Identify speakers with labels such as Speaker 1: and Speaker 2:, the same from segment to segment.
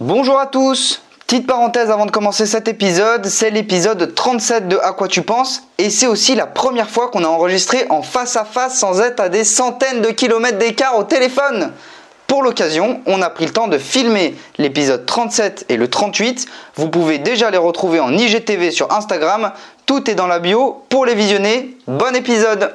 Speaker 1: Bonjour à tous Petite parenthèse avant de commencer cet épisode, c'est l'épisode 37 de À quoi tu penses et c'est aussi la première fois qu'on a enregistré en face à face sans être à des centaines de kilomètres d'écart au téléphone. Pour l'occasion, on a pris le temps de filmer l'épisode 37 et le 38. Vous pouvez déjà les retrouver en IGTV sur Instagram. Tout est dans la bio pour les visionner. Bon épisode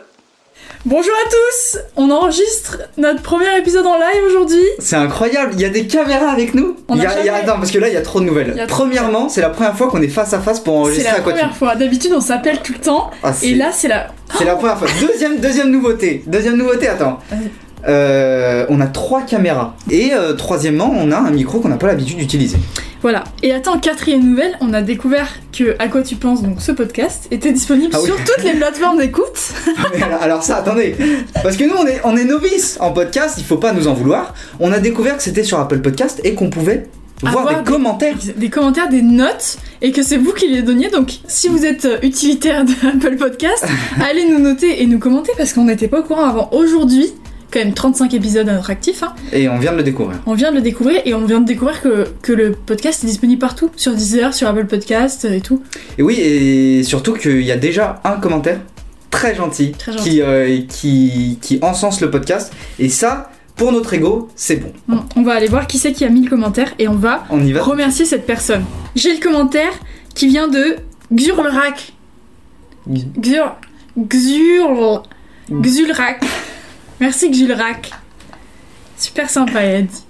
Speaker 2: Bonjour à tous On enregistre notre premier épisode en live aujourd'hui.
Speaker 1: C'est incroyable, il y a des caméras avec nous.
Speaker 2: On
Speaker 1: Il y
Speaker 2: a
Speaker 1: a- il y a-
Speaker 2: jamais-
Speaker 1: Attends, parce que là, il y a trop de nouvelles.
Speaker 2: Il y a trop de
Speaker 1: Premièrement, c'est la première fois qu'on est face à face pour
Speaker 2: C'est
Speaker 1: enregistrer
Speaker 2: la
Speaker 1: à quoi tu
Speaker 2: première fois. D'habitude, on s'appelle tout le temps.
Speaker 1: Ah, c'est-
Speaker 2: Et là, c'est la.
Speaker 1: C'est la première fois. Deuxième, deuxième nouveauté. Deuxième nouveauté, attends.
Speaker 2: Vas-y.
Speaker 1: Euh, on a trois caméras. Et euh, troisièmement, on a un micro qu'on n'a pas l'habitude d'utiliser.
Speaker 2: Voilà. Et attends, quatrième nouvelle, on a découvert que À quoi tu penses, donc ce podcast, était disponible
Speaker 1: Ah oui.
Speaker 2: sur toutes les plateformes d'écoute.
Speaker 1: Mais alors, alors ça, attendez. Parce que nous, on est, on est novices en podcast, il faut pas nous en vouloir. On a découvert que c'était sur Apple Podcast et qu'on pouvait voir
Speaker 2: Avoir
Speaker 1: des,
Speaker 2: des-
Speaker 1: commentaires.
Speaker 2: Des commentaires, des notes, et que c'est vous qui les donniez. Donc, si vous êtes euh, utilitaire de Apple Podcast, allez nous noter et nous commenter parce qu'on n'était pas au courant avant aujourd'hui. Quand même 35 épisodes à notre actif. hein.
Speaker 1: Et on vient de le découvrir.
Speaker 2: On vient de le découvrir et on vient de découvrir que, que le podcast est disponible partout, sur Deezer, sur Apple Podcast et tout.
Speaker 1: Et oui, et surtout qu'il y a déjà un commentaire très gentil,
Speaker 2: Très gentil.
Speaker 1: Qui, euh, qui, qui encense le podcast. Et ça, pour notre ego, c'est bon.
Speaker 2: Bon, on va aller voir qui c'est qui a mis le commentaire et on va
Speaker 1: On y va.
Speaker 2: remercier cette personne. J'ai le commentaire qui vient de Xurlrak. Xur... Xurl... Xulrak. Merci Xulrak. Super sympa, elle a dit.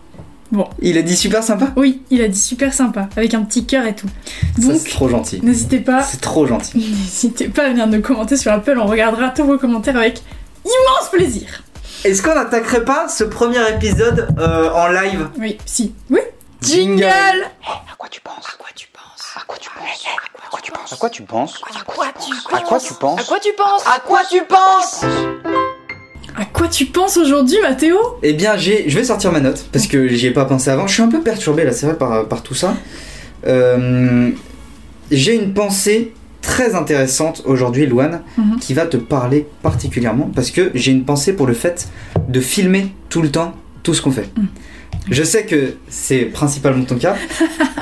Speaker 1: Il a dit super sympa.
Speaker 2: Oui, il a dit super sympa, avec un petit cœur et tout.
Speaker 1: Ça, c'est
Speaker 2: Donc,
Speaker 1: trop gentil.
Speaker 2: n'hésitez pas
Speaker 1: C'est trop gentil.
Speaker 2: N'hésitez pas à venir nous commenter sur Apple, on regardera tous vos commentaires avec immense plaisir.
Speaker 1: Est-ce qu'on attaquerait pas ce premier épisode euh, en live
Speaker 2: Oui, si. Oui.
Speaker 1: Jingle.
Speaker 2: Jingle.
Speaker 1: À quoi tu penses
Speaker 3: À quoi tu penses
Speaker 1: À quoi tu penses
Speaker 3: À quoi tu penses
Speaker 1: À quoi tu penses
Speaker 3: À quoi tu penses
Speaker 1: À quoi tu penses
Speaker 3: À quoi tu penses
Speaker 1: À quoi tu penses
Speaker 2: À quoi tu penses aujourd'hui, Mathéo
Speaker 1: Eh bien, j'ai, je vais sortir ma note parce que j'y ai pas pensé avant. Je suis un peu perturbé là, c'est vrai par, par tout ça. Euh, j'ai une pensée très intéressante aujourd'hui, Louane,
Speaker 2: Mhm.
Speaker 1: qui va te parler particulièrement parce que j'ai une pensée pour le fait de filmer tout le temps tout ce qu'on fait.
Speaker 2: Mhm.
Speaker 1: Je sais que c'est principalement ton cas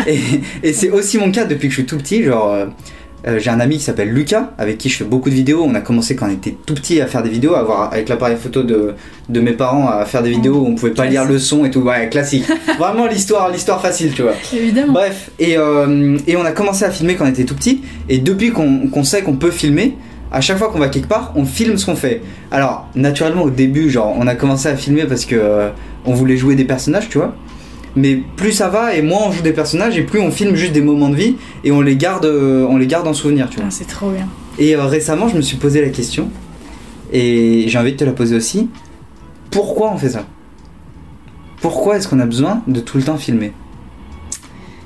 Speaker 1: et, et c'est aussi mon cas depuis que je suis tout petit. Genre, euh, euh, j'ai un ami qui s'appelle Lucas avec qui je fais beaucoup de vidéos. On a commencé quand on était tout petit à faire des vidéos, à voir avec l'appareil photo de, de mes parents à faire des vidéos où on pouvait pas
Speaker 2: Classique.
Speaker 1: lire le son et tout. Ouais, classique. Vraiment l'histoire, l'histoire facile, tu vois.
Speaker 2: Évidemment.
Speaker 1: Bref, et, euh, et on a commencé à filmer quand on était tout petit, et depuis qu'on qu'on sait qu'on peut filmer, à chaque fois qu'on va quelque part, on filme ce qu'on fait. Alors, naturellement, au début, genre, on a commencé à filmer parce que euh, on voulait jouer des personnages, tu vois. Mais plus ça va, et moins on joue des personnages, et plus on filme juste des moments de vie, et on les garde, euh, on les garde en souvenir, tu vois.
Speaker 2: Ah, c'est trop bien.
Speaker 1: Et euh, récemment, je me suis posé la question, et j'ai envie de te la poser aussi. Pourquoi on fait ça Pourquoi est-ce qu'on a besoin de tout le temps filmer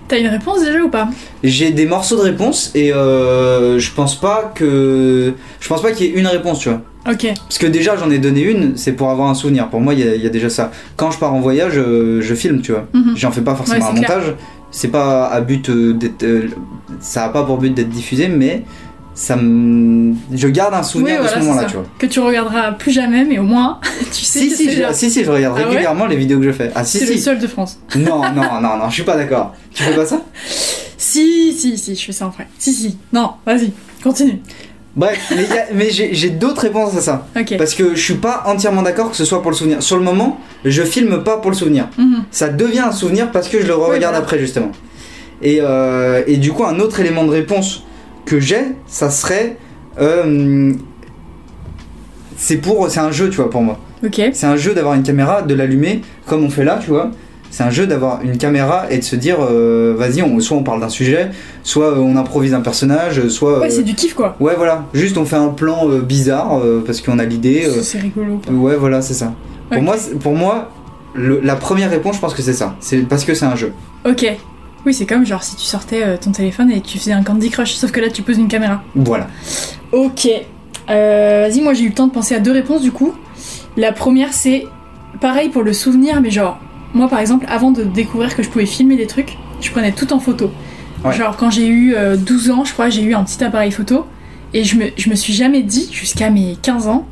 Speaker 2: T'as une réponse déjà ou pas
Speaker 1: J'ai des morceaux de réponse et euh, je pense pas que. Je pense pas qu'il y ait une réponse, tu vois.
Speaker 2: Ok.
Speaker 1: Parce que déjà, j'en ai donné une, c'est pour avoir un souvenir. Pour moi, il y, a- il y a déjà ça. Quand je pars en voyage, euh, je filme, tu vois.
Speaker 2: Mhm.
Speaker 1: J'en fais pas forcément
Speaker 2: Ouais,
Speaker 1: un
Speaker 2: c'est clair.
Speaker 1: montage. C'est pas à but euh, d'être. euh, ça a pas pour but d'être diffusé, mais ça me. Je garde un souvenir
Speaker 2: Oui,
Speaker 1: de
Speaker 2: voilà,
Speaker 1: ce moment-là,
Speaker 2: c'est ça.
Speaker 1: tu vois.
Speaker 2: Que tu regarderas plus jamais, mais au moins, tu sais
Speaker 1: Si
Speaker 2: que
Speaker 1: si,
Speaker 2: c'est
Speaker 1: je,
Speaker 2: là.
Speaker 1: si, si, je regarde
Speaker 2: Ah ouais
Speaker 1: régulièrement les vidéos que je fais. Ah, si,
Speaker 2: C'est le
Speaker 1: si.
Speaker 2: seul de France.
Speaker 1: Non, non, non, non, je suis pas d'accord. Tu fais pas ça
Speaker 2: Si, si, si, je fais ça en vrai. Si, si. Non, vas-y, continue.
Speaker 1: Bref, mais, il y a- mais j'ai j'ai d'autres réponses à ça.
Speaker 2: Ok.
Speaker 1: Parce que je suis pas entièrement d'accord que ce soit pour le souvenir. Sur le moment, je filme pas pour le souvenir.
Speaker 2: Mhm.
Speaker 1: Ça devient un souvenir parce que je le regarde
Speaker 2: voilà.
Speaker 1: après justement. Et, euh, et du coup, un autre élément de réponse que j'ai, ça serait, euh, c'est pour, c'est un jeu, tu vois, pour moi.
Speaker 2: Ok.
Speaker 1: C'est un jeu d'avoir une caméra, de l'allumer, comme on fait là, tu vois. C'est un jeu d'avoir une caméra et de se dire, euh, vas-y, on, soit on parle d'un sujet, soit euh, on improvise un personnage, soit.
Speaker 2: Ouais,
Speaker 1: euh,
Speaker 2: c'est du kiff quoi.
Speaker 1: ouais, voilà. Juste, on fait un plan euh, bizarre euh, parce qu'on a l'idée. euh,
Speaker 2: C'est rigolo.
Speaker 1: Ouais, voilà, c'est ça. Pour
Speaker 2: Ok.
Speaker 1: moi, c'est- pour moi le- la première réponse, je pense que c'est ça. C'est parce que c'est un jeu.
Speaker 2: Ok. Oui, c'est comme genre si tu sortais euh, ton téléphone et que tu faisais un Candy Crush, sauf que là tu poses une caméra.
Speaker 1: Voilà.
Speaker 2: Ok. Euh, Vas-y, moi j'ai eu le temps de penser à deux réponses du coup. La première c'est pareil pour le souvenir, mais genre, moi par exemple, avant de découvrir que je pouvais filmer des trucs, je prenais tout en photo.
Speaker 1: Ouais.
Speaker 2: Genre quand j'ai eu euh, 12 ans, je crois, j'ai eu un petit appareil photo et je me, je me suis jamais dit, jusqu'à mes 15 ans,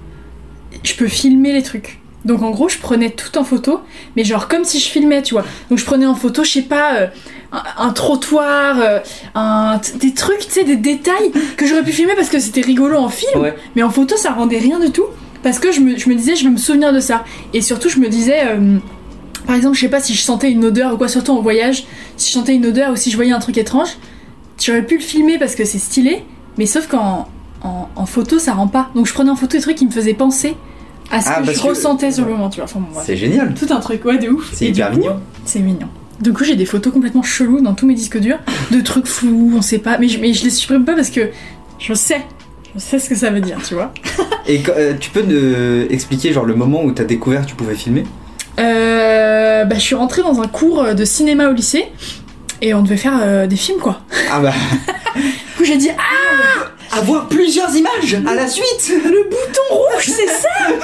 Speaker 2: je peux filmer les trucs. Donc en gros, je prenais tout en photo, mais genre comme si je filmais, tu vois. Donc je prenais en photo, je sais pas, euh, un, un trottoir, euh, un- des trucs, tu sais, des détails que j'aurais pu filmer parce que c'était rigolo en film.
Speaker 1: Ouais.
Speaker 2: Mais en photo, ça rendait rien du tout. Parce que je me, je me disais, je vais me souvenir de ça. Et surtout, je me disais, euh, par exemple, je sais pas si je sentais une odeur ou quoi, surtout en voyage, si je sentais une odeur ou si je voyais un truc étrange, j'aurais pu le filmer parce que c'est stylé. Mais sauf qu'en en, en photo, ça rend pas. Donc je prenais en photo des trucs qui me faisaient penser à ce
Speaker 3: Ah,
Speaker 2: que
Speaker 3: parce
Speaker 2: je
Speaker 3: que-
Speaker 2: ressentais sur le moment, tu vois. Enfin, bon, bref.
Speaker 1: euh, C'est génial.
Speaker 2: Tout un truc, ouais, de ouf.
Speaker 1: C'est
Speaker 2: Et du
Speaker 1: hyper
Speaker 2: coup,
Speaker 1: mignon.
Speaker 2: C'est mignon. Du coup, j'ai des photos complètement cheloues dans tous mes disques durs, de trucs flous, on sait pas, mais je, mais je les supprime pas parce que je sais, je sais ce que ça veut dire, tu vois.
Speaker 1: Et quand- euh, tu peux nous expliquer genre le moment où t'as découvert que tu pouvais filmer
Speaker 2: Euh, bah, je suis rentrée dans un cours euh, de cinéma au lycée et on devait faire euh, des films, quoi.
Speaker 1: Ah bah.
Speaker 2: Du coup, j'ai dit Ah,
Speaker 1: Avoir plusieurs images à la suite
Speaker 2: le bouton rouge, c'est ça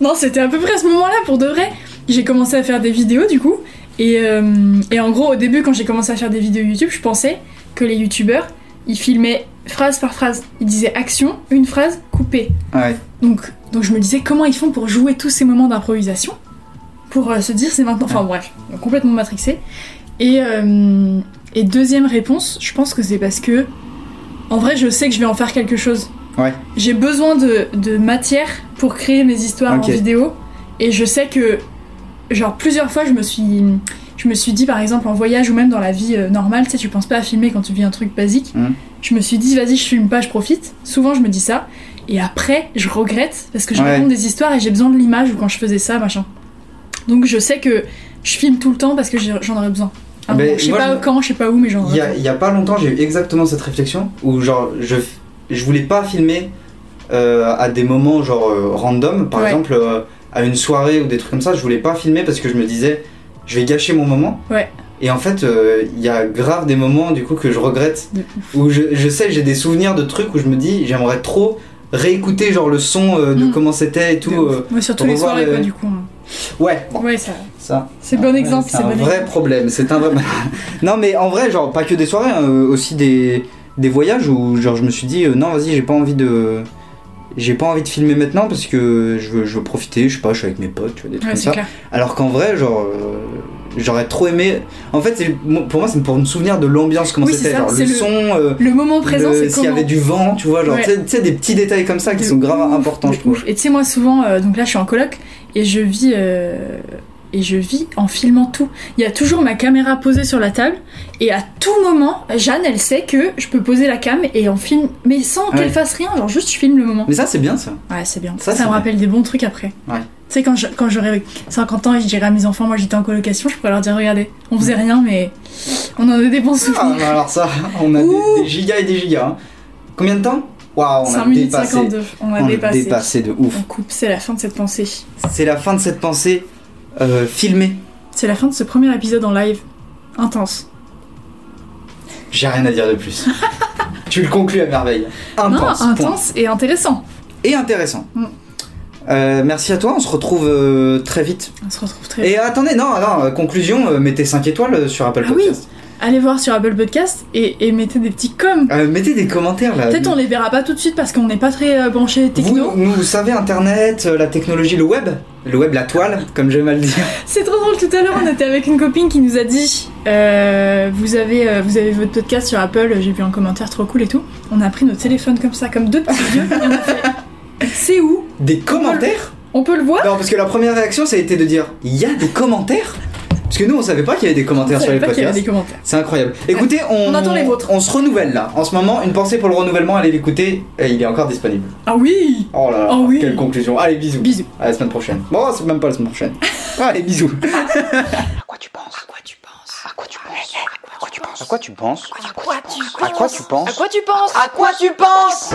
Speaker 2: Non, c'était à peu près à ce moment-là, pour de vrai. J'ai commencé à faire des vidéos, du coup. Et, euh, et en gros, au début, quand j'ai commencé à faire des vidéos YouTube, je pensais que les youtubeurs, ils filmaient phrase par phrase. Ils disaient action, une phrase, coupée.
Speaker 1: Ouais.
Speaker 2: Donc, donc je me disais comment ils font pour jouer tous ces moments d'improvisation pour euh, se dire c'est maintenant. Enfin bref, donc complètement matrixé. Et, euh, et deuxième réponse, je pense que c'est parce que en vrai je sais que je vais en faire quelque chose.
Speaker 1: Ouais.
Speaker 2: J'ai besoin de, de matière pour créer mes histoires
Speaker 1: Ok.
Speaker 2: en vidéo et je sais que genre plusieurs fois je me suis je me suis dit par exemple en voyage ou même dans la vie euh, normale, tu sais tu penses pas à filmer quand tu vis un truc basique.
Speaker 1: Mhm.
Speaker 2: Je me suis dit vas-y je filme pas, je profite. Souvent je me dis ça et après je regrette parce que je
Speaker 1: Ouais.
Speaker 2: raconte des histoires et j'ai besoin de l'image ou quand je faisais ça machin. Donc je sais que je filme tout le temps parce que j'ai- j'en aurais besoin. Ah
Speaker 1: Mais
Speaker 2: bon, je sais
Speaker 1: moi,
Speaker 2: pas
Speaker 1: je-
Speaker 2: quand, je sais pas où, mais j'en
Speaker 1: Il
Speaker 2: aurais
Speaker 1: y a,
Speaker 2: besoin.
Speaker 1: il y a pas longtemps, j'ai eu exactement cette réflexion où genre je, je voulais pas filmer euh, à des moments genre euh, random, par
Speaker 2: Ouais.
Speaker 1: exemple euh, à une soirée ou des trucs comme ça, je voulais pas filmer parce que je me disais je vais gâcher mon moment.
Speaker 2: Ouais.
Speaker 1: Et en fait, euh, il y a grave des moments du coup que je regrette
Speaker 2: De
Speaker 1: où je, je sais j'ai des souvenirs de trucs où je me dis j'aimerais trop réécouter genre le son euh, de
Speaker 2: Mm.
Speaker 1: comment c'était et tout.
Speaker 2: De ouf.
Speaker 1: euh,
Speaker 2: Ouais, surtout
Speaker 1: on
Speaker 2: les
Speaker 1: revoit
Speaker 2: soirées,
Speaker 1: le-
Speaker 2: quoi, du coup. hein.
Speaker 1: ouais, bon,
Speaker 2: Ouais, ça.
Speaker 1: ça.
Speaker 2: C'est bon
Speaker 1: Ouais,
Speaker 2: exemple,
Speaker 1: Ah, c'est
Speaker 2: c'est
Speaker 1: un
Speaker 2: bon
Speaker 1: vrai
Speaker 2: exemple.
Speaker 1: problème. C'est un vrai. non, mais en vrai, genre pas que des soirées, hein, euh, aussi des des voyages où genre je me suis dit euh, non, vas-y, j'ai pas envie de j'ai pas envie de filmer maintenant parce que je veux, je veux profiter, je sais pas, je suis avec mes potes, tu vois des trucs
Speaker 2: Ouais,
Speaker 1: comme
Speaker 2: c'est
Speaker 1: ça.
Speaker 2: clair.
Speaker 1: Alors qu'en vrai, genre euh, j'aurais trop aimé. En fait, c'est pour moi, c'est pour me souvenir de l'ambiance comment
Speaker 2: Oui, c'est
Speaker 1: c'était,
Speaker 2: ça,
Speaker 1: genre
Speaker 2: c'est
Speaker 1: le,
Speaker 2: le-
Speaker 1: son. euh,
Speaker 2: Le moment présent,
Speaker 1: le-
Speaker 2: c'est
Speaker 1: s'il y
Speaker 2: comment
Speaker 1: avait du vent, tu vois, genre
Speaker 2: Ouais.
Speaker 1: tu sais- tu sais des petits détails comme ça qui
Speaker 2: De
Speaker 1: sont grave
Speaker 2: ouf,
Speaker 1: importants,
Speaker 2: de
Speaker 1: je trouve.
Speaker 2: ouf. Et tu sais, moi, souvent, euh, donc là, je suis en coloc et je vis. euh, Et je vis en filmant tout. Il y a toujours ma caméra posée sur la table et à tout moment, Jeanne, elle sait que je peux poser la cam et on filme, mais sans
Speaker 1: Ouais.
Speaker 2: qu'elle fasse rien, genre juste je filme le moment.
Speaker 1: Mais ça, c'est bien ça.
Speaker 2: Ouais, c'est bien.
Speaker 1: Ah Ça,
Speaker 2: Ça,
Speaker 1: c'est
Speaker 2: me
Speaker 1: bien.
Speaker 2: rappelle des bons trucs après.
Speaker 1: Ouais.
Speaker 2: Tu sais, quand je- quand j'aurai 50 ans et je dirai à mes enfants, moi j'étais en colocation, je pourrais leur dire regardez, on faisait rien, mais on en a des bons
Speaker 1: Ah,
Speaker 2: souvenirs.
Speaker 1: bah alors ça, on a
Speaker 2: Ouh.
Speaker 1: des, des gigas et des gigas. hein. Combien de temps Waouh, on
Speaker 2: 5
Speaker 1: a
Speaker 2: minutes
Speaker 1: dépassé.
Speaker 2: 52, on a
Speaker 1: on a
Speaker 2: dépassé.
Speaker 1: dépassé de ouf.
Speaker 2: On coupe, c'est la fin de cette pensée.
Speaker 1: C'est la fin de cette pensée euh, filmée.
Speaker 2: C'est la fin de ce premier épisode en live. Intense.
Speaker 1: J'ai rien à dire de plus. tu le conclus à merveille. Intense.
Speaker 2: non,
Speaker 1: point.
Speaker 2: intense et intéressant.
Speaker 1: Et intéressant.
Speaker 2: Mm.
Speaker 1: Euh, merci à toi, on se retrouve euh, très vite.
Speaker 2: On se retrouve très vite.
Speaker 1: Et attendez, non, non, euh, conclusion, euh, mettez 5 étoiles euh, sur Apple
Speaker 2: Ah oui.
Speaker 1: Podcast.
Speaker 2: Allez voir sur Apple Podcast et, et mettez des petits coms.
Speaker 1: Euh, mettez des commentaires là.
Speaker 2: Peut-être on les verra pas tout de suite parce qu'on n'est pas très euh, branchés techno.
Speaker 1: Vous, nous savez Internet, euh, la technologie, le web, le web, la toile, comme j'aime à le dire.
Speaker 2: C'est trop drôle, tout à l'heure
Speaker 1: Ah.
Speaker 2: on était avec une copine qui nous a dit euh, vous, avez, euh, vous avez votre podcast sur Apple, j'ai vu un commentaire trop cool et tout. On a pris nos téléphones comme ça, comme deux petits vieux, et on a fait C'est où
Speaker 1: Des commentaires
Speaker 2: On peut le voir
Speaker 1: Non, parce que la première réaction, ça a été de dire il y a des commentaires Parce que nous, on savait pas qu'il y avait des commentaires
Speaker 2: Je
Speaker 1: sur
Speaker 2: savais
Speaker 1: les
Speaker 2: pas qu'il y avait
Speaker 1: podcasts.
Speaker 2: des commentaires.
Speaker 1: C'est incroyable. Écoutez, on,
Speaker 2: On attend les vôtres.
Speaker 1: On se renouvelle là. En ce moment, une pensée pour le renouvellement, allez l'écouter. Et il est encore disponible.
Speaker 2: Ah oui
Speaker 1: Oh là là,
Speaker 2: Oh oui.
Speaker 1: quelle conclusion. Allez, bisous.
Speaker 2: Bisous.
Speaker 1: À la semaine prochaine. Bon, c'est même pas la semaine prochaine. allez, bisous.
Speaker 3: À quoi tu penses
Speaker 4: À quoi tu penses
Speaker 3: À quoi tu penses
Speaker 4: À quoi tu penses
Speaker 3: À quoi tu penses
Speaker 4: À quoi tu penses
Speaker 3: À quoi tu penses
Speaker 4: À quoi tu penses
Speaker 3: À quoi tu penses